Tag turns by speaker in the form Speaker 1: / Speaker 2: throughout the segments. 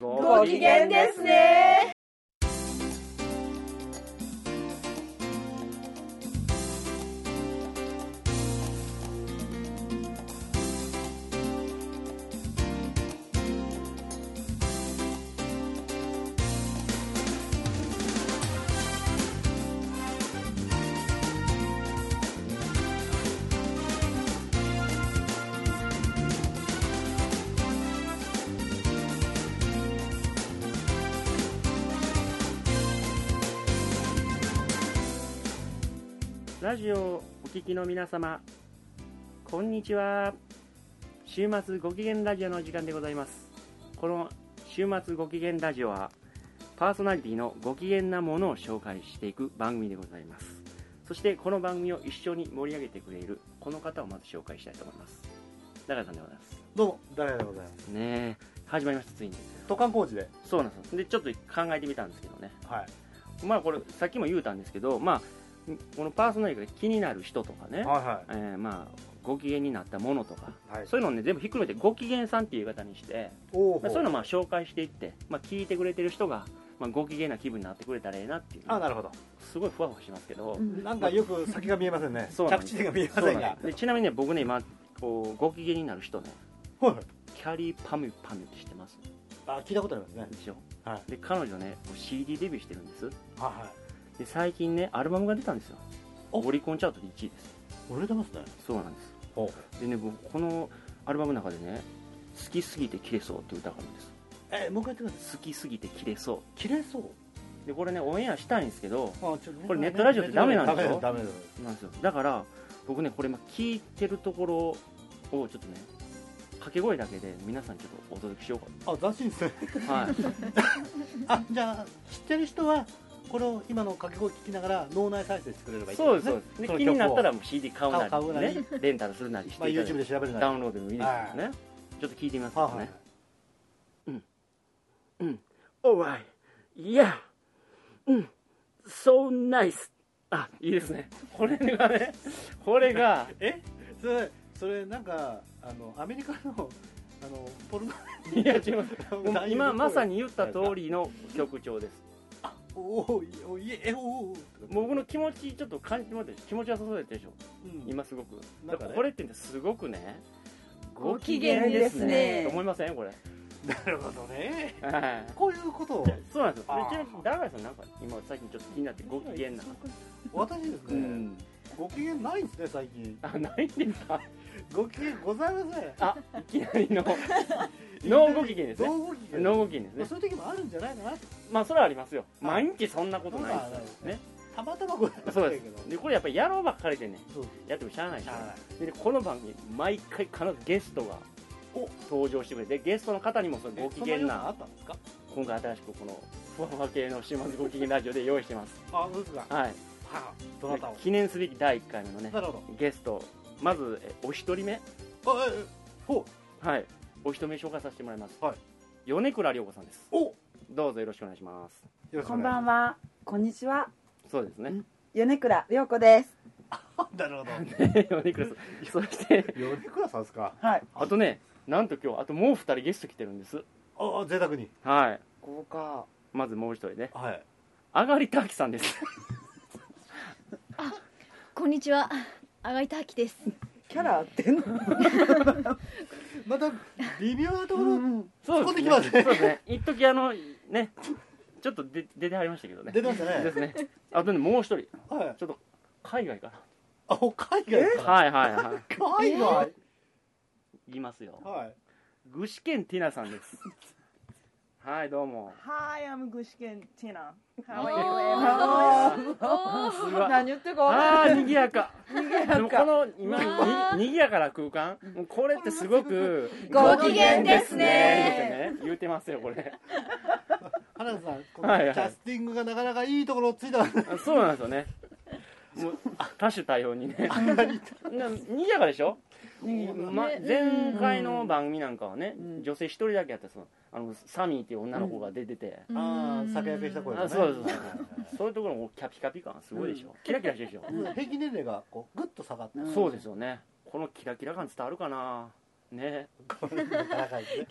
Speaker 1: ご機嫌ですね。
Speaker 2: ラジオをお聞きの皆様、こんにちは。週末ご機嫌ラジオの時間でございます。この週末ご機嫌ラジオは、パーソナリティのご機嫌なものを紹介していく番組でございます。そしてこの番組を一緒に盛り上げてくれる、この方をまず紹介したいと思います。永井さんでございます。
Speaker 3: どうも、ダラヤでございます。
Speaker 2: ねえ、始まりました、ついに。
Speaker 3: 都館工事で。
Speaker 2: そうなんですよで、ちょっと考えてみたんですけどね。
Speaker 3: はい。
Speaker 2: まあこれ、さっきも言うたんですけど、まあ、このパーソナリティが気になる人とかね、
Speaker 3: は
Speaker 2: えーまあご機嫌になったものとか、
Speaker 3: いはい。はい。
Speaker 2: そういうのをね全部ひっくるめてご機嫌さんっていう言い方にして、
Speaker 3: お
Speaker 2: まあそういうのをまあ紹介していって、まあ、聞いてくれてる人が、まあ、ご機嫌な気分になってくれたらええなっていう
Speaker 3: あ、なるほど。
Speaker 2: すごいふわふわしますけど、
Speaker 3: なんかよく先が見えませ んね。
Speaker 2: そうなんで
Speaker 3: 着
Speaker 2: す
Speaker 3: 地点が見えま
Speaker 2: そうな
Speaker 3: せ
Speaker 2: んん
Speaker 3: が
Speaker 2: です。でちなみにね僕ね今こうご機嫌になる人ね
Speaker 3: はい。
Speaker 2: キャリーパミュパミュって知ってます
Speaker 3: あ、聞いたことありますね。
Speaker 2: でしょ
Speaker 3: はい。はい
Speaker 2: で彼女ねこう CD デビューしてるんです
Speaker 3: は
Speaker 2: で最近ねアルバムが出たんですよ
Speaker 3: お
Speaker 2: オリコンチャートで1位です
Speaker 3: い。売れてますね。
Speaker 2: そうなんです
Speaker 3: ほう。
Speaker 2: でね僕このアルバムの中でね「好きすぎて切れそう」って歌があるんです
Speaker 3: え、もう一回やってください。
Speaker 2: 好きすぎて切れそ
Speaker 3: 切れそう。
Speaker 2: うでこれねオンエアしたいんですけど
Speaker 3: あ、ちょっと
Speaker 2: これネットラジオってダメなんでしょ
Speaker 3: ダメだダメ
Speaker 2: なんですよだから僕ねこれ今聞いてるところをちょっとね掛け声だけで皆さんにちょっとお届けしよう
Speaker 3: だ。あ、斬新ですね。
Speaker 2: かはい
Speaker 3: あ、じゃあ、知ってる人は、これを今の掛け声聞きながら脳内再生してく れればいい
Speaker 2: そうですそうです
Speaker 3: そ
Speaker 2: で
Speaker 3: の曲を
Speaker 2: 気になったらもう CD 買うなり
Speaker 3: 買うなり
Speaker 2: ねレンタルするなりし
Speaker 3: まあ、
Speaker 2: ていただい
Speaker 3: YouTube
Speaker 2: て
Speaker 3: で調べるな
Speaker 2: ダ
Speaker 3: ら。
Speaker 2: ウンロードでもいいですけどねちょっと聞いてみます
Speaker 3: はい
Speaker 2: ね
Speaker 3: はい。
Speaker 2: おわいいやうんそうナイスあいいですねこれがねこれが
Speaker 3: え それそれなんかあのアメリカの あのポルノ
Speaker 2: い や違います
Speaker 3: 男優の声
Speaker 2: 今まさに言った通りの曲調です
Speaker 3: おおいおいえおお
Speaker 2: もう僕の気持ちちょっと感じてもらって気持ちよさそうだったでしょ
Speaker 3: うん
Speaker 2: 今すごく、
Speaker 3: なんかね
Speaker 2: これってねすごくね
Speaker 1: ご機嫌ですね
Speaker 2: 思いませんこれ、
Speaker 3: なるほどね
Speaker 2: はい
Speaker 3: こういうことを
Speaker 2: そうなんですよ
Speaker 3: あー
Speaker 2: でちなみにダーガイさんなんか今最近ちょっと気になってご機嫌な
Speaker 3: 私ですね、
Speaker 2: うん
Speaker 3: ご機嫌ないんですね最近
Speaker 2: あないんですか
Speaker 3: ご機嫌ございません
Speaker 2: あいきなりの ノーご機嫌ですね
Speaker 3: どうご機嫌
Speaker 2: ノーご機嫌ですね
Speaker 3: そういう時もあるんじゃないかな
Speaker 2: まあそれはありますよ
Speaker 3: はい
Speaker 2: 毎日そんなことないですよね
Speaker 3: たまたまございませ
Speaker 2: そうんで
Speaker 3: け
Speaker 2: す
Speaker 3: ど
Speaker 2: でこれやっぱりやろうばっかりでね
Speaker 3: そう
Speaker 2: やってもしゃあない
Speaker 3: し
Speaker 2: で
Speaker 3: ゃあ
Speaker 2: すでこの番組毎回必ずゲストが
Speaker 3: お
Speaker 2: 登場してくれてゲストの方にもその
Speaker 3: ない
Speaker 2: ご機嫌
Speaker 3: えそん要素
Speaker 2: な
Speaker 3: あったんですか
Speaker 2: 今回新しくこのふわふわ系の週末ご機嫌ラジオで用意してます
Speaker 3: あそうですかは
Speaker 2: はい
Speaker 3: あどなたを
Speaker 2: 記念すべき第1回目のね
Speaker 3: なるほ
Speaker 2: ゲストまずえお一人目
Speaker 3: どあええほう
Speaker 2: はいお一人目紹介させてもらいます、
Speaker 3: はい
Speaker 2: 米倉涼子さんです
Speaker 3: およ
Speaker 2: どうぞよろしくお願いします
Speaker 3: ろしく
Speaker 1: こ
Speaker 3: お願いします
Speaker 1: んばんは。こんにちは。
Speaker 2: そうですね
Speaker 1: 米倉涼子です。
Speaker 3: なるほど。
Speaker 2: 米 倉さんそして
Speaker 3: 米倉さんですか。
Speaker 1: はい。
Speaker 2: あとね、なんと今日、あともう2人ゲスト来てるんです。
Speaker 3: ああ、贅沢に。
Speaker 2: はい。
Speaker 1: 豪華。
Speaker 2: まずもう一人ね。
Speaker 3: はい。
Speaker 2: あがりたきさ んです。
Speaker 4: こんにちは、あがいたあきです。
Speaker 1: キャラ合ってんの。
Speaker 3: また微妙なとこ
Speaker 1: う
Speaker 3: ろ
Speaker 1: んうん
Speaker 2: そ
Speaker 3: こできますね
Speaker 2: そうですね。一時あの、ね、ちょっと出出てはりましたけどね。
Speaker 3: 出てました
Speaker 2: で
Speaker 3: ね。
Speaker 2: すね。あとね、もう一人。
Speaker 3: はい。
Speaker 2: 海外か
Speaker 3: あ、お海外です
Speaker 2: な。
Speaker 3: か。
Speaker 2: はいはいは
Speaker 3: 海外。
Speaker 2: い。いますよ。
Speaker 3: はい。
Speaker 2: 具志堅ティナさんです。はい、どうも。
Speaker 5: Hi, I'm Gushkin Tina.
Speaker 4: お
Speaker 5: How
Speaker 4: ー
Speaker 5: are you?
Speaker 4: お
Speaker 2: す
Speaker 4: ー
Speaker 2: ごい。
Speaker 1: 何言ってるか分
Speaker 2: あ
Speaker 1: かん
Speaker 2: あ、
Speaker 1: ない。
Speaker 2: にぎやか。でもこの、今、
Speaker 4: わー
Speaker 2: ににぎやかな空間。もうこれってすごく、
Speaker 1: ご機嫌
Speaker 4: です
Speaker 2: っ
Speaker 4: ね
Speaker 2: てね。言うてますよ、これ。
Speaker 3: 花田さん、この
Speaker 2: はいはい
Speaker 3: キャスティングがなかなかいいところをついた。
Speaker 2: あそうなんですよね。もう多種多様にね。なにぎやかでしょ、ま、前回の番組なんかはね、
Speaker 1: うん
Speaker 2: 女性一人だけやったそのあのサミーっていう女の子が出てて、
Speaker 3: ああ、酒焼けした声
Speaker 2: あ
Speaker 3: がね。
Speaker 2: そうそうそう
Speaker 3: はい
Speaker 2: そういうところもキャピキャピ感すごいでしょ、
Speaker 1: う
Speaker 2: キラキラしてるでしょ、
Speaker 3: はい平均年齢がこうぐっと下がった。
Speaker 1: うん
Speaker 2: そうですよねこのキラキラ感伝わるかなね
Speaker 3: これ高いですね。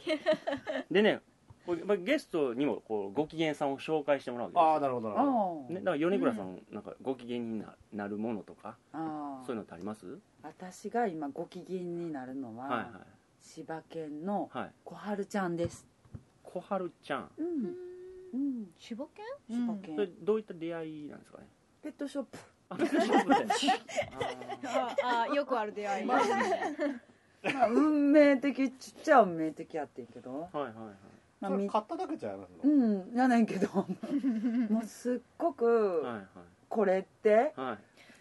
Speaker 2: でねこうまあゲストにもこうご機嫌さんを紹介してもらうわけですよ
Speaker 6: ああなるほどなるほど
Speaker 5: あ
Speaker 2: ね、だから米倉さん、なんかご機嫌にななるものとか
Speaker 1: あ
Speaker 2: そういうのってあります
Speaker 1: 私が今ご機嫌になるのは、
Speaker 2: はい
Speaker 1: 柴犬の
Speaker 2: はいはい
Speaker 1: 小春ちゃんです、
Speaker 2: 小春ちゃん
Speaker 1: う
Speaker 4: うんん
Speaker 1: うん、
Speaker 4: 手話犬
Speaker 1: 柴犬、
Speaker 2: それどういった出会いなんですかね
Speaker 1: ペットショップ
Speaker 2: あ別にそうだよね
Speaker 4: ああよくある出会い
Speaker 1: まあ運命的ちっちゃい運命的やってんけど、
Speaker 2: はいはいはい
Speaker 1: まあ、
Speaker 6: それ
Speaker 1: み
Speaker 6: 買っただけじゃありますの
Speaker 1: うんやねんけ どもうすっごく
Speaker 2: はい
Speaker 1: これって
Speaker 2: はいはい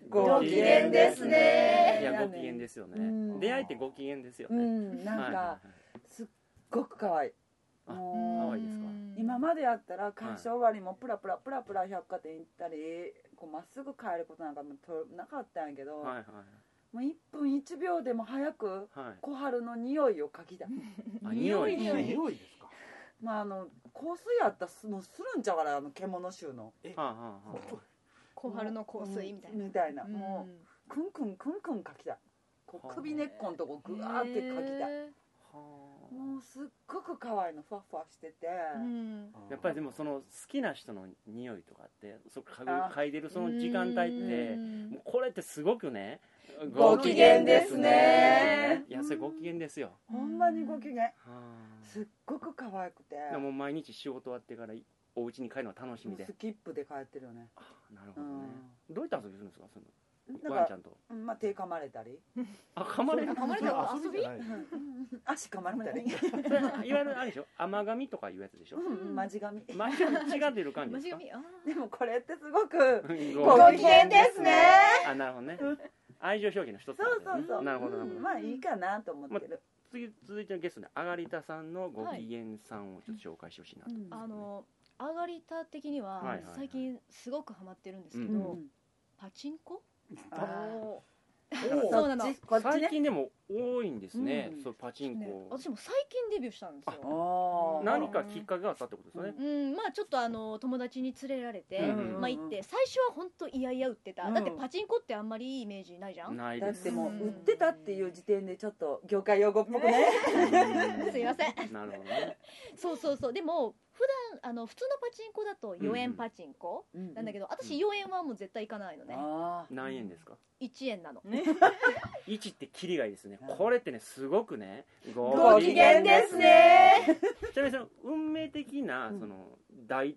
Speaker 1: ご機嫌ですね
Speaker 2: いやご機嫌ですよ
Speaker 1: う
Speaker 2: ね
Speaker 1: ん
Speaker 2: 出会いってご機嫌ですよ
Speaker 1: う
Speaker 2: ね
Speaker 1: ん
Speaker 2: はい
Speaker 1: なん
Speaker 2: は
Speaker 1: かすっごく可愛い
Speaker 2: あ
Speaker 1: もう
Speaker 2: 可愛いですか
Speaker 1: 今までやったら会社終わりもプラプラプラプラ百貨店行ったりこうまっすぐ帰ることなんかもとなかったんやけど、
Speaker 2: いはいはい
Speaker 1: もう1分1秒でも早く
Speaker 2: はいはい
Speaker 1: 小春の匂いを嗅ぎだ
Speaker 2: あ匂い
Speaker 5: 匂い
Speaker 6: 匂いですか
Speaker 1: まああの香水やったらすのするんちゃうからあの獣臭の
Speaker 2: はあはあは
Speaker 4: 小春の香水みたい
Speaker 1: うん
Speaker 4: な
Speaker 1: みたいな、
Speaker 5: も
Speaker 1: もうクンクンクンクン嗅ぎだこ
Speaker 2: は
Speaker 1: う
Speaker 2: あ
Speaker 1: 首根っこのとこグワーって嗅ぎだ
Speaker 4: へ
Speaker 2: あは
Speaker 1: もうすっごく可愛いのふわふわしてて、
Speaker 5: う、うん、
Speaker 2: あやっぱりでもその好きな人の匂いとかってそこ嗅
Speaker 1: あ
Speaker 2: ぐ嗅いでるその時間帯って
Speaker 4: うん
Speaker 2: もうこれってすごくね
Speaker 1: ご機嫌ですね
Speaker 2: いやそれご機嫌ですよ、
Speaker 1: ほんまにご機嫌
Speaker 2: はあ
Speaker 1: すっごく可愛くて
Speaker 2: でも毎日仕事終わってからお家に帰るのが楽しみで
Speaker 1: スキップで帰ってるよね
Speaker 2: あなるほ
Speaker 1: う
Speaker 2: どね、どういった遊びするんですかそ
Speaker 1: んだ
Speaker 2: の
Speaker 1: か
Speaker 2: ワンちゃ
Speaker 1: ら
Speaker 2: んと
Speaker 1: うんまあ手噛まれたり
Speaker 2: あ噛まれる
Speaker 4: 噛まれたら遊び
Speaker 6: ないです
Speaker 1: 足噛まれたり
Speaker 2: それいわゆるあれでしょ甘噛みとかいうやつでしょ
Speaker 1: うんマジ髪
Speaker 2: 間違ってる感じ
Speaker 4: 間
Speaker 2: です
Speaker 4: 違
Speaker 2: か
Speaker 4: みあ
Speaker 1: でもこれってす ごく
Speaker 2: うん
Speaker 1: ご機嫌ですね
Speaker 2: あなるほどね愛情表現の一つ
Speaker 1: そ
Speaker 2: なん
Speaker 1: う
Speaker 2: ですね
Speaker 1: そうそう
Speaker 2: なるほどなるほど、
Speaker 1: まあいいかなと思ってる
Speaker 2: 次続いてのゲストであがりたさんのご機嫌さんをちょっと紹介してほしいなと、
Speaker 1: うん
Speaker 4: あの上がりた的に
Speaker 2: はい
Speaker 4: は
Speaker 2: はいはい
Speaker 4: 最近すごくハマってるんですけ
Speaker 1: うんう
Speaker 4: ど
Speaker 1: ん
Speaker 4: パチンコ
Speaker 1: あー
Speaker 4: そうなの
Speaker 1: こっちこっち
Speaker 2: 最
Speaker 1: ね
Speaker 2: 近でも多いんですね、
Speaker 1: うん
Speaker 2: そうパチン
Speaker 4: ね
Speaker 2: コ、
Speaker 4: 私も最近デビューしたんですよ
Speaker 1: おー
Speaker 2: 何かきっかけがあったってことですよね、
Speaker 4: うんまあちょっとあの友達に連れられて
Speaker 2: うん
Speaker 4: まあ行って最初は本当いやいや売ってた
Speaker 1: うん
Speaker 4: だってパチンコってあんまりいいイメージないじゃん
Speaker 2: ない
Speaker 1: だっ
Speaker 2: です
Speaker 1: てもう売ってたっていう時点でちょっと業界用語っぽくね
Speaker 2: うん
Speaker 4: すいません
Speaker 2: なるほどね
Speaker 4: そうそうそうでも普段あの普通のパチンコだと4円パチンコなんだけ
Speaker 1: ど
Speaker 4: ど、私4円はもう絶対行かないのね
Speaker 1: あー
Speaker 2: 何円ですか
Speaker 4: 1円なの
Speaker 5: ね
Speaker 2: 1ってキリがいいですね
Speaker 1: うん
Speaker 2: これってねすごくね
Speaker 1: ご機嫌ですね
Speaker 2: ちなみにその運命的な
Speaker 1: うん
Speaker 2: その大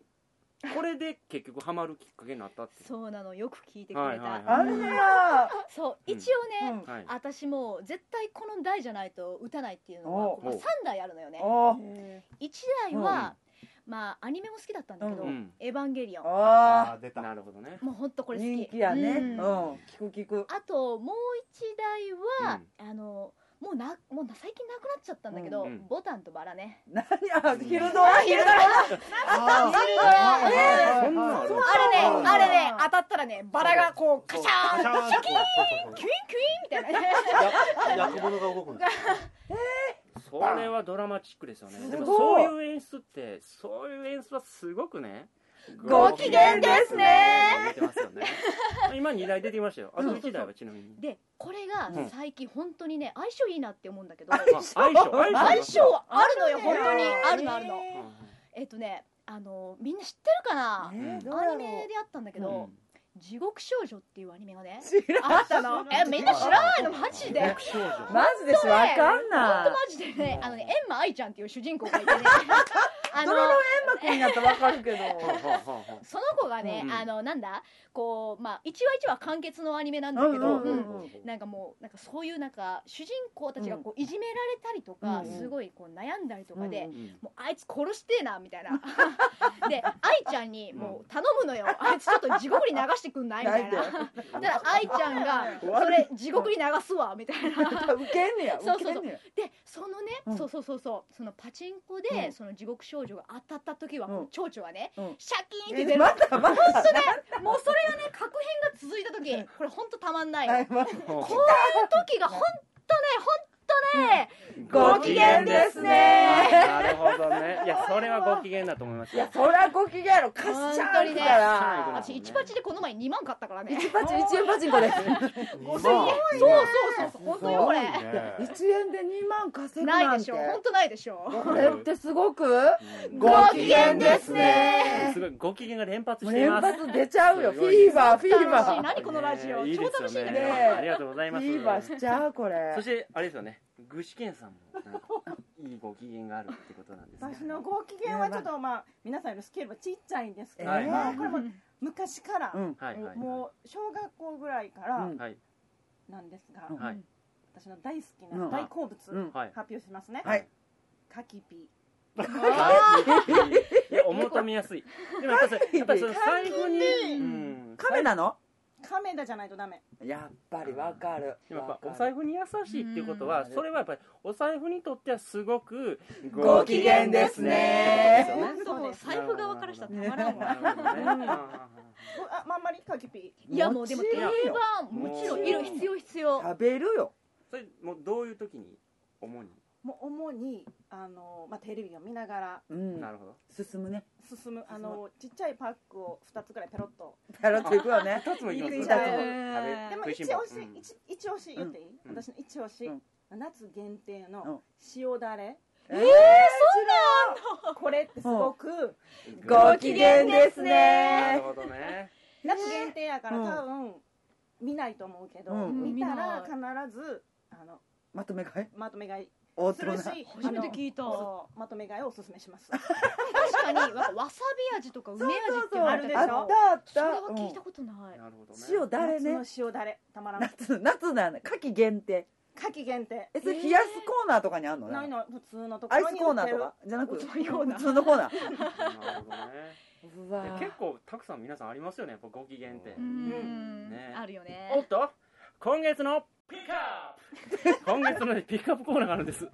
Speaker 2: これで結局ハマるきっかけになったっていう
Speaker 4: そうなのよく聞いてくれた、
Speaker 2: はいはいは
Speaker 1: あれや
Speaker 4: そう
Speaker 2: うん
Speaker 4: 一応ね、
Speaker 2: はい
Speaker 4: 私もう絶対この台じゃないと打たないっていうの
Speaker 1: お
Speaker 4: は
Speaker 1: う
Speaker 4: ここ3台あるのよね
Speaker 1: おー
Speaker 4: 1台は、まあアニメも好きだったんだけど
Speaker 2: う
Speaker 4: 「
Speaker 2: ん
Speaker 4: エヴァンゲリオン
Speaker 1: あ
Speaker 6: あー出た
Speaker 2: なるほどね」
Speaker 4: もうほんとこ
Speaker 1: ー
Speaker 4: れ好き
Speaker 1: 人気やね
Speaker 4: う
Speaker 1: うんん聞く聞く
Speaker 4: あともう1台は、あのもうなもうな最近なくなっちゃったんだけど、
Speaker 2: うんうん
Speaker 4: ボタンとバラね
Speaker 1: 何あ昼ドラ昼ドラ
Speaker 6: あ
Speaker 2: そ
Speaker 4: 昼ドラ
Speaker 2: んなんある
Speaker 4: あれね、
Speaker 5: あ
Speaker 4: あ
Speaker 5: れ
Speaker 4: れ
Speaker 5: ね
Speaker 4: ね、当たったらね、バラがこう、カシャーン、
Speaker 6: シャ
Speaker 4: キュインキュインみたいなね。
Speaker 6: キ役物が動くんです
Speaker 2: それはドラマチックですよねでも
Speaker 1: すご
Speaker 2: そう
Speaker 1: い
Speaker 2: いう演出ってそういう演出はすごくね
Speaker 1: ご機嫌です
Speaker 2: ご機嫌ですね言
Speaker 1: ね
Speaker 2: ってますよね 今2台出てきましたよあと1台はちなみに
Speaker 4: で、これが
Speaker 2: うん
Speaker 4: 最近本当にね、相性いいなって思うんだけど、
Speaker 2: あ相性
Speaker 4: 相性あるのよ、
Speaker 1: あ
Speaker 4: 本
Speaker 1: るね
Speaker 4: 当に。あるのあるの。
Speaker 2: うんうん
Speaker 4: えっとね、あの、みんな知ってるかな
Speaker 1: えーどう
Speaker 4: ア
Speaker 1: や
Speaker 4: ニ
Speaker 1: ろ
Speaker 4: メ
Speaker 1: う
Speaker 4: であったんだけど、地獄少女っていうアニメがね、
Speaker 1: 知らん
Speaker 4: あったの。え、みんな知らないのマジで。
Speaker 2: 極
Speaker 4: 本
Speaker 2: 少女
Speaker 1: マジでしわかんな
Speaker 4: 当
Speaker 1: い
Speaker 4: マジでね、あのね、エンマ愛ちゃんっていう主人公がい てね、あ
Speaker 1: ドロロエンマ君やったらわかるけど
Speaker 2: はあはあはあ
Speaker 4: その子がね、
Speaker 2: うん
Speaker 4: あのなんだこうまあ一話一話完結のアニメなんだ
Speaker 1: う
Speaker 4: けど、
Speaker 1: んうんうん
Speaker 4: なんかもうなんかそういうなんか主人公たちがこういじめられたりとか、
Speaker 1: うん
Speaker 4: すごいこう悩んだりとかで、
Speaker 1: うん
Speaker 2: うん
Speaker 4: もうあいつ殺してえなみたいな で愛ちゃんにもう頼むのよあいつちょっと地獄に流してくんないみたいな
Speaker 1: な
Speaker 4: だ
Speaker 1: い
Speaker 4: から愛ちゃんがそれ地獄に流すわみたい な
Speaker 1: ウケんねや
Speaker 4: そ
Speaker 1: ウ
Speaker 4: うそう
Speaker 1: ケ
Speaker 4: そ
Speaker 1: ん
Speaker 4: う
Speaker 1: ねや
Speaker 4: でそのね、
Speaker 1: うん
Speaker 4: そうそうそうそうそのパチンコ
Speaker 1: う
Speaker 4: で
Speaker 1: ん
Speaker 4: その地獄少女が当たった時は、
Speaker 1: うん
Speaker 4: 蝶々はね、
Speaker 1: うん
Speaker 4: シャキーンって出
Speaker 1: え
Speaker 4: る
Speaker 1: またまた
Speaker 4: 本当ね、もうそれがね、確変が続いた時、これ本当たまんないよ。
Speaker 2: は
Speaker 4: こういう時が本当ね、本当ね、
Speaker 2: あ
Speaker 1: ご機嫌ですね
Speaker 2: なるほどねいやそれはご機嫌だと思います
Speaker 1: い
Speaker 2: よ
Speaker 1: やそりゃご機嫌やろカッシャーン来た
Speaker 2: 本当
Speaker 1: ら
Speaker 2: にね
Speaker 4: 私一八でこの前2万買ったからね
Speaker 1: 一パチ一円パチンコです
Speaker 6: そう
Speaker 4: そうそうそうそう本当よこれ
Speaker 1: 一円で二万稼ぐ
Speaker 4: な
Speaker 1: ないん
Speaker 4: でしてょ本当ないでしょ
Speaker 1: これってすごく
Speaker 6: ご
Speaker 1: 機嫌ですね
Speaker 2: すごいご機嫌が連発
Speaker 1: も
Speaker 2: し
Speaker 1: う
Speaker 2: てい
Speaker 1: 連
Speaker 2: ます
Speaker 1: 発出ちゃうよフィーバーフィー
Speaker 4: 楽しい
Speaker 1: バー
Speaker 4: 何このラジオ
Speaker 2: ね
Speaker 4: 超楽しいん
Speaker 2: ですよ
Speaker 4: だけど
Speaker 1: ね
Speaker 2: ありがとうござい
Speaker 1: フ
Speaker 2: ます
Speaker 1: ィーバーしちゃうこれ
Speaker 2: そしてあれですよね具志堅さんもなんかいいご機嫌があるってことなんですね
Speaker 5: 私のご機嫌はちょっとまあ皆さんよろしければちっちゃいんですけど、
Speaker 1: はい
Speaker 5: もうこれも
Speaker 4: うん
Speaker 5: 昔から、
Speaker 1: うん
Speaker 2: はいはい
Speaker 5: もう小学校ぐらいから
Speaker 1: うん
Speaker 2: はい
Speaker 5: なんですが、
Speaker 1: うん
Speaker 2: はい
Speaker 5: 私の大好き
Speaker 1: う
Speaker 5: なん大好物、
Speaker 1: うん
Speaker 2: はい
Speaker 5: 発表しますね、
Speaker 1: はい
Speaker 5: カキピ
Speaker 2: いやお求めやすいでもやっぱそ れやっぱりその財布にうん
Speaker 1: カメなの
Speaker 5: カメラじゃないとダメ
Speaker 1: やっぱりわかる
Speaker 2: でもやっぱお
Speaker 1: わか
Speaker 2: 財
Speaker 1: る
Speaker 2: 布に優しいっていうことは
Speaker 1: うん
Speaker 2: それはやっぱりお財布にとってはすごく
Speaker 1: ご機嫌ですね
Speaker 2: ってことですよね
Speaker 4: そうもう財布側からしたらたまらんわ
Speaker 2: なるほどね
Speaker 5: おあまんまりカキピ
Speaker 4: いやもうでも
Speaker 1: もち
Speaker 4: 定
Speaker 1: ろんよ
Speaker 4: 番もちろんいる必要必要
Speaker 1: 食べるよ
Speaker 2: それもうどういう時に主に
Speaker 5: もう主にあの、まあ、テレビを見ながら
Speaker 1: うん
Speaker 2: なるほど
Speaker 1: 進むね
Speaker 5: 進むあのちっちゃいパックを2つぐらいペロッと
Speaker 1: ペロッといくよね
Speaker 2: 二つもいきます
Speaker 1: いい
Speaker 2: か
Speaker 1: だと思う
Speaker 5: でも
Speaker 2: 食い
Speaker 5: 一
Speaker 2: しん坊
Speaker 5: 押し、
Speaker 2: うん
Speaker 5: 一一押し言っていい、
Speaker 2: うん
Speaker 5: 私の一押し、
Speaker 1: うん
Speaker 5: 夏限定の塩だれ、
Speaker 1: えー
Speaker 5: これってすごく、
Speaker 1: ご機嫌です
Speaker 2: なる
Speaker 1: ね
Speaker 2: ほどね
Speaker 5: 夏限定やから
Speaker 1: うん
Speaker 5: 多分見ないと思うけど、
Speaker 1: うん
Speaker 5: 見たら必
Speaker 4: 見
Speaker 5: ずあの
Speaker 1: まとめ買い
Speaker 5: まとめ買い
Speaker 1: 大
Speaker 5: す
Speaker 1: 粒
Speaker 5: る
Speaker 1: な
Speaker 5: し
Speaker 4: 初めて聞いた
Speaker 5: あのそうまとめ買いをおすすめします
Speaker 4: 確かになんかわさび味とか梅味って
Speaker 5: う
Speaker 4: あ
Speaker 1: あ
Speaker 4: る
Speaker 1: っ
Speaker 4: でした
Speaker 5: あるでし
Speaker 4: ょ
Speaker 5: ょ
Speaker 1: あっ
Speaker 4: それ
Speaker 1: た
Speaker 4: は聞いたことない
Speaker 2: なるほどね
Speaker 1: うん塩だれね
Speaker 5: 夏の塩だれたまらん
Speaker 1: 夏夏だよね夏季限定
Speaker 5: 夏季限定
Speaker 1: えそれ冷やすコーナーとかにあんの
Speaker 5: ない
Speaker 1: ね
Speaker 5: の普通のとこ
Speaker 1: アイ
Speaker 5: ろ
Speaker 1: ス
Speaker 5: に
Speaker 1: コーナー
Speaker 5: 売
Speaker 1: とか
Speaker 5: っ
Speaker 1: じゃなく
Speaker 5: お
Speaker 1: 普
Speaker 5: つま
Speaker 1: 通
Speaker 5: みコーナー
Speaker 1: のコーナー
Speaker 2: な るほどね
Speaker 1: うわ
Speaker 2: で
Speaker 1: ー
Speaker 2: 結構たくさん皆さんありますよねやっぱご機嫌って、
Speaker 4: うーん
Speaker 2: ね
Speaker 4: あるよね
Speaker 2: おっと今月のピックアッ プ今月のねピックアップコーナーがあるんです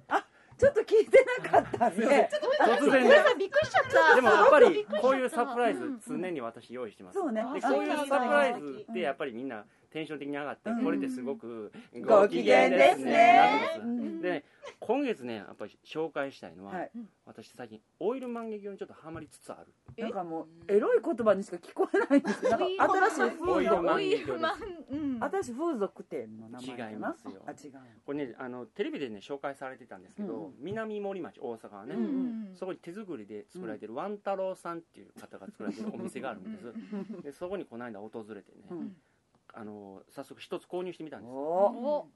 Speaker 1: ちょっと聞いてなかった
Speaker 2: すいません
Speaker 1: ね
Speaker 2: 突然
Speaker 4: ごめん
Speaker 2: で
Speaker 4: なさいびっくりしちゃった
Speaker 2: でもやっぱ
Speaker 4: びっ
Speaker 2: り
Speaker 4: くりしちゃった
Speaker 2: こういうサプライズ常に私用意してます
Speaker 1: そうね
Speaker 2: で
Speaker 4: あ
Speaker 2: こういうサプライズっ
Speaker 1: うん
Speaker 2: てやっぱりみんなテンション的に上がって
Speaker 1: うん
Speaker 2: これってすごく
Speaker 1: ご機嫌ですね
Speaker 2: ご機嫌ですねでね今月ねやっぱり紹介したいのは
Speaker 1: はい
Speaker 2: 私最近オイル万華鏡にちょっとハマりつつある
Speaker 1: なんかもうエロい言葉にしか聞こえないんですよなんか新しいフ
Speaker 2: オイ
Speaker 1: ー
Speaker 2: ルマ
Speaker 1: ド
Speaker 2: ン
Speaker 4: オイルマンうん
Speaker 1: 新しい風俗店の名前かな
Speaker 2: 違いますよ
Speaker 1: あ違う
Speaker 2: これねあのテレビでね紹介されてたんですけ
Speaker 1: うんう
Speaker 2: ど
Speaker 1: ん
Speaker 2: 南森町大阪はね
Speaker 1: うんうん
Speaker 2: そこに手作りで作られてるワン太郎さんっていう方が作られてるお店があるんです
Speaker 4: うん
Speaker 2: でそこにこの間訪れてね、
Speaker 1: うん
Speaker 2: あの早速一つ購入してみたんですこ
Speaker 1: おー
Speaker 4: お
Speaker 2: の,、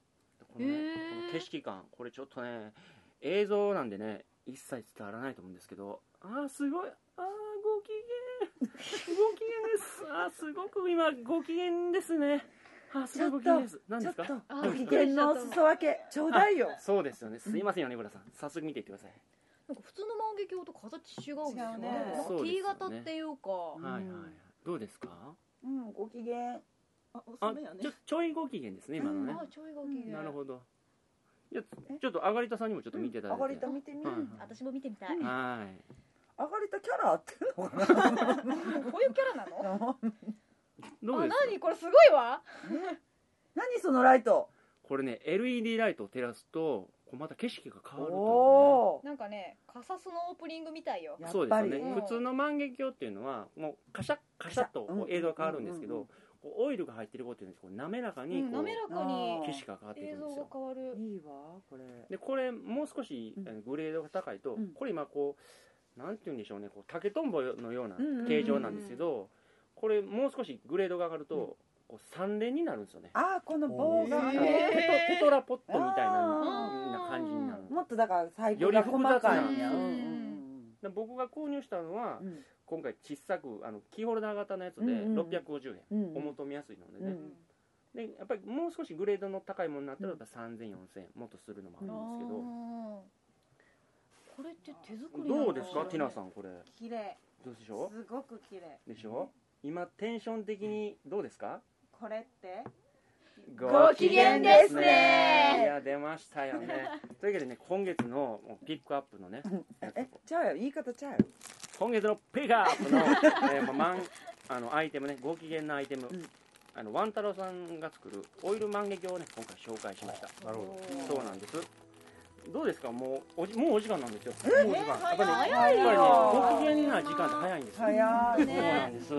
Speaker 2: ね
Speaker 4: へー
Speaker 2: この景色感これちょっとね映像なんでね一切伝わらないと思うんですけどあーすごいあーご機 嫌ご機嫌ですあーすごく今ご機嫌ですねあーすごいご機嫌です何
Speaker 1: ちょ
Speaker 2: で
Speaker 1: っ
Speaker 2: すか
Speaker 1: と
Speaker 4: あ
Speaker 1: ご機嫌のお裾分けちょうだいよ
Speaker 2: そうですよねすいませんよねぐらさん早速見ていってください
Speaker 4: なんか普通の万華鏡と形違うんですよね
Speaker 5: 違うね
Speaker 4: なんか
Speaker 2: そうです
Speaker 4: T
Speaker 2: よね
Speaker 4: 型っていうか
Speaker 1: うん
Speaker 2: はいはいはいどうですか
Speaker 1: うんご機嫌
Speaker 5: あおす
Speaker 2: あ
Speaker 5: すめよね
Speaker 2: ちょちょいご機嫌ですね今のね
Speaker 4: あちょいご機嫌
Speaker 2: なるほどいや
Speaker 1: え
Speaker 2: ちょっと上がりたさんにもちょっと見ていただ
Speaker 1: あ
Speaker 2: い
Speaker 1: が
Speaker 2: て
Speaker 1: りた見てみ
Speaker 2: はい
Speaker 1: る
Speaker 4: うん私も見てみたい
Speaker 2: はい
Speaker 1: あがりたキャラ合ってるのか
Speaker 4: こういうキャラなの
Speaker 1: な
Speaker 2: どう
Speaker 4: あ
Speaker 2: です
Speaker 4: 何これすごいわ
Speaker 1: 何そのライト
Speaker 2: これね LED ライトを照らすとこうまた景色が変わると
Speaker 1: おお
Speaker 4: なんかねカサスのオープニングみたいよ
Speaker 2: いう
Speaker 1: や
Speaker 2: ね
Speaker 1: っ
Speaker 2: そうです
Speaker 1: ぱ
Speaker 2: よ
Speaker 1: り
Speaker 2: ね普通の万華鏡っていうのはもうカシャッカシャッとこ
Speaker 1: カシャッうん
Speaker 2: う映像が変わるんですけ
Speaker 1: うんう
Speaker 2: ど
Speaker 1: ん
Speaker 2: こうオイルが入ってることによってこう滑らか
Speaker 4: う
Speaker 2: に
Speaker 4: ん
Speaker 2: こ
Speaker 4: 滑
Speaker 2: う
Speaker 4: らか
Speaker 1: あ
Speaker 4: に
Speaker 1: ー
Speaker 2: 景色が変わってい
Speaker 4: 映
Speaker 2: くん
Speaker 4: 像
Speaker 2: です
Speaker 4: が
Speaker 2: よ
Speaker 4: 変わる
Speaker 1: いいわこれ
Speaker 2: でこれもう少し
Speaker 1: うん
Speaker 2: あのグレードが高いと
Speaker 1: うん
Speaker 2: これ今こうなんて言うんでしょうねこう竹とんぼのような
Speaker 1: うんうんうん
Speaker 2: 形状なんですけどこれもう少しグレードが上がるとこう3連になるんですよね
Speaker 1: ああこの棒が
Speaker 2: あの
Speaker 1: あの
Speaker 2: テトテトラポットみたい
Speaker 4: あー
Speaker 2: なな感じになる
Speaker 1: もっとだから細工が細かいんや
Speaker 4: より複雑な
Speaker 1: うんうん
Speaker 2: で僕が購入したのは、
Speaker 1: うんうん
Speaker 2: 今回小さくあのキーホルダー型のやつで
Speaker 1: うんうんうん
Speaker 2: 650円、
Speaker 1: うん
Speaker 2: お求めやすいので
Speaker 1: う
Speaker 2: ね、
Speaker 1: ん
Speaker 2: でやっぱりもう少しグレードの高いものになったらやっぱ30004000円もっとするのもある
Speaker 4: あ
Speaker 2: ん
Speaker 4: ーこれって手
Speaker 2: で
Speaker 4: 作
Speaker 2: すけ
Speaker 4: りな
Speaker 2: ど
Speaker 4: の
Speaker 2: どうですか
Speaker 5: うん
Speaker 2: ティナさんこれ
Speaker 5: 綺麗
Speaker 2: どうでしょ
Speaker 5: すごく綺麗
Speaker 2: うでしょ今テンション的にどうですか
Speaker 5: これって
Speaker 1: ご機嫌ですね
Speaker 2: いや出ました よねというわけでね今月のもうピックアップのねやつ
Speaker 1: えちゃうよ言い方ちゃうよ
Speaker 2: 今月のピックアップ の、えーまあマンあのアイテムねご機嫌なアイテム、
Speaker 1: うん
Speaker 2: あのワン太郎さんが作るオイル万華鏡をね今回紹介しました
Speaker 6: なるほ
Speaker 2: そうなんですどうですかもうおじもうお時間なんですよ
Speaker 3: もう時間
Speaker 2: やっぱりね
Speaker 4: 早い
Speaker 2: やっぱりね
Speaker 1: よ
Speaker 2: ご機嫌な時間って早いんですよ
Speaker 1: 早
Speaker 2: そ
Speaker 1: い
Speaker 2: うなん
Speaker 1: ね
Speaker 2: です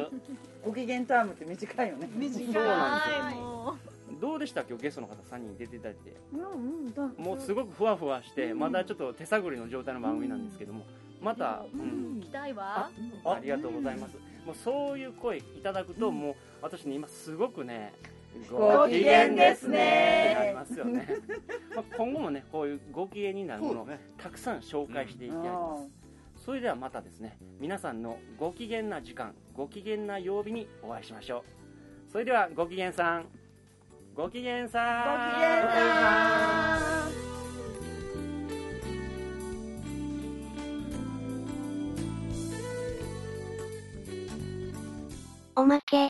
Speaker 1: ご機嫌タイムって短いよね
Speaker 5: 短
Speaker 2: そうなんですよ
Speaker 4: はいも
Speaker 2: どうでした今日ゲストの方3人出ていただいて
Speaker 5: うんうんだ
Speaker 2: もうすごくふわふわして、まだちょっと手探りの状態の番組なんですけども、ま
Speaker 4: う
Speaker 2: た、う
Speaker 4: でも
Speaker 2: ん
Speaker 4: 期待は
Speaker 2: ありがとうございます、もうそういう声いただくと、もう私ね今すごくね
Speaker 1: ご機嫌ですね
Speaker 2: ってなりますよねまあ今後もねこういうご機嫌になるもの
Speaker 6: そ
Speaker 2: を
Speaker 6: うですね
Speaker 2: たくさん紹介していきたいと思います、それではまたですね皆さんのご機嫌な時間ご機嫌な曜日にお会いしましょうそれではご機嫌さんご機嫌さん
Speaker 1: ご機嫌さん
Speaker 7: おまけ。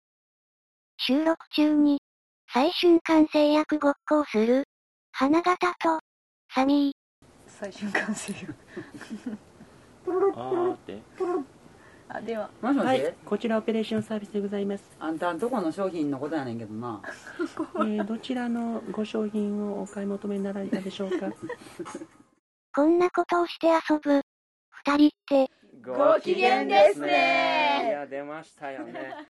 Speaker 7: 収録中に、最瞬間制約ごっこをする。花形と、サミー。
Speaker 1: 最終完成
Speaker 2: あーって
Speaker 5: あでは
Speaker 1: もしもし、
Speaker 2: はい、こちらオペレーションサービスでございます。
Speaker 1: あんたんとこの商品のことやねんけどな
Speaker 2: えーどちらのご商品をお買い求めになられたでしょうか。
Speaker 7: こんなことをして遊ぶ。二人って、
Speaker 2: ご
Speaker 1: 機嫌です
Speaker 2: いや、出ましたよね。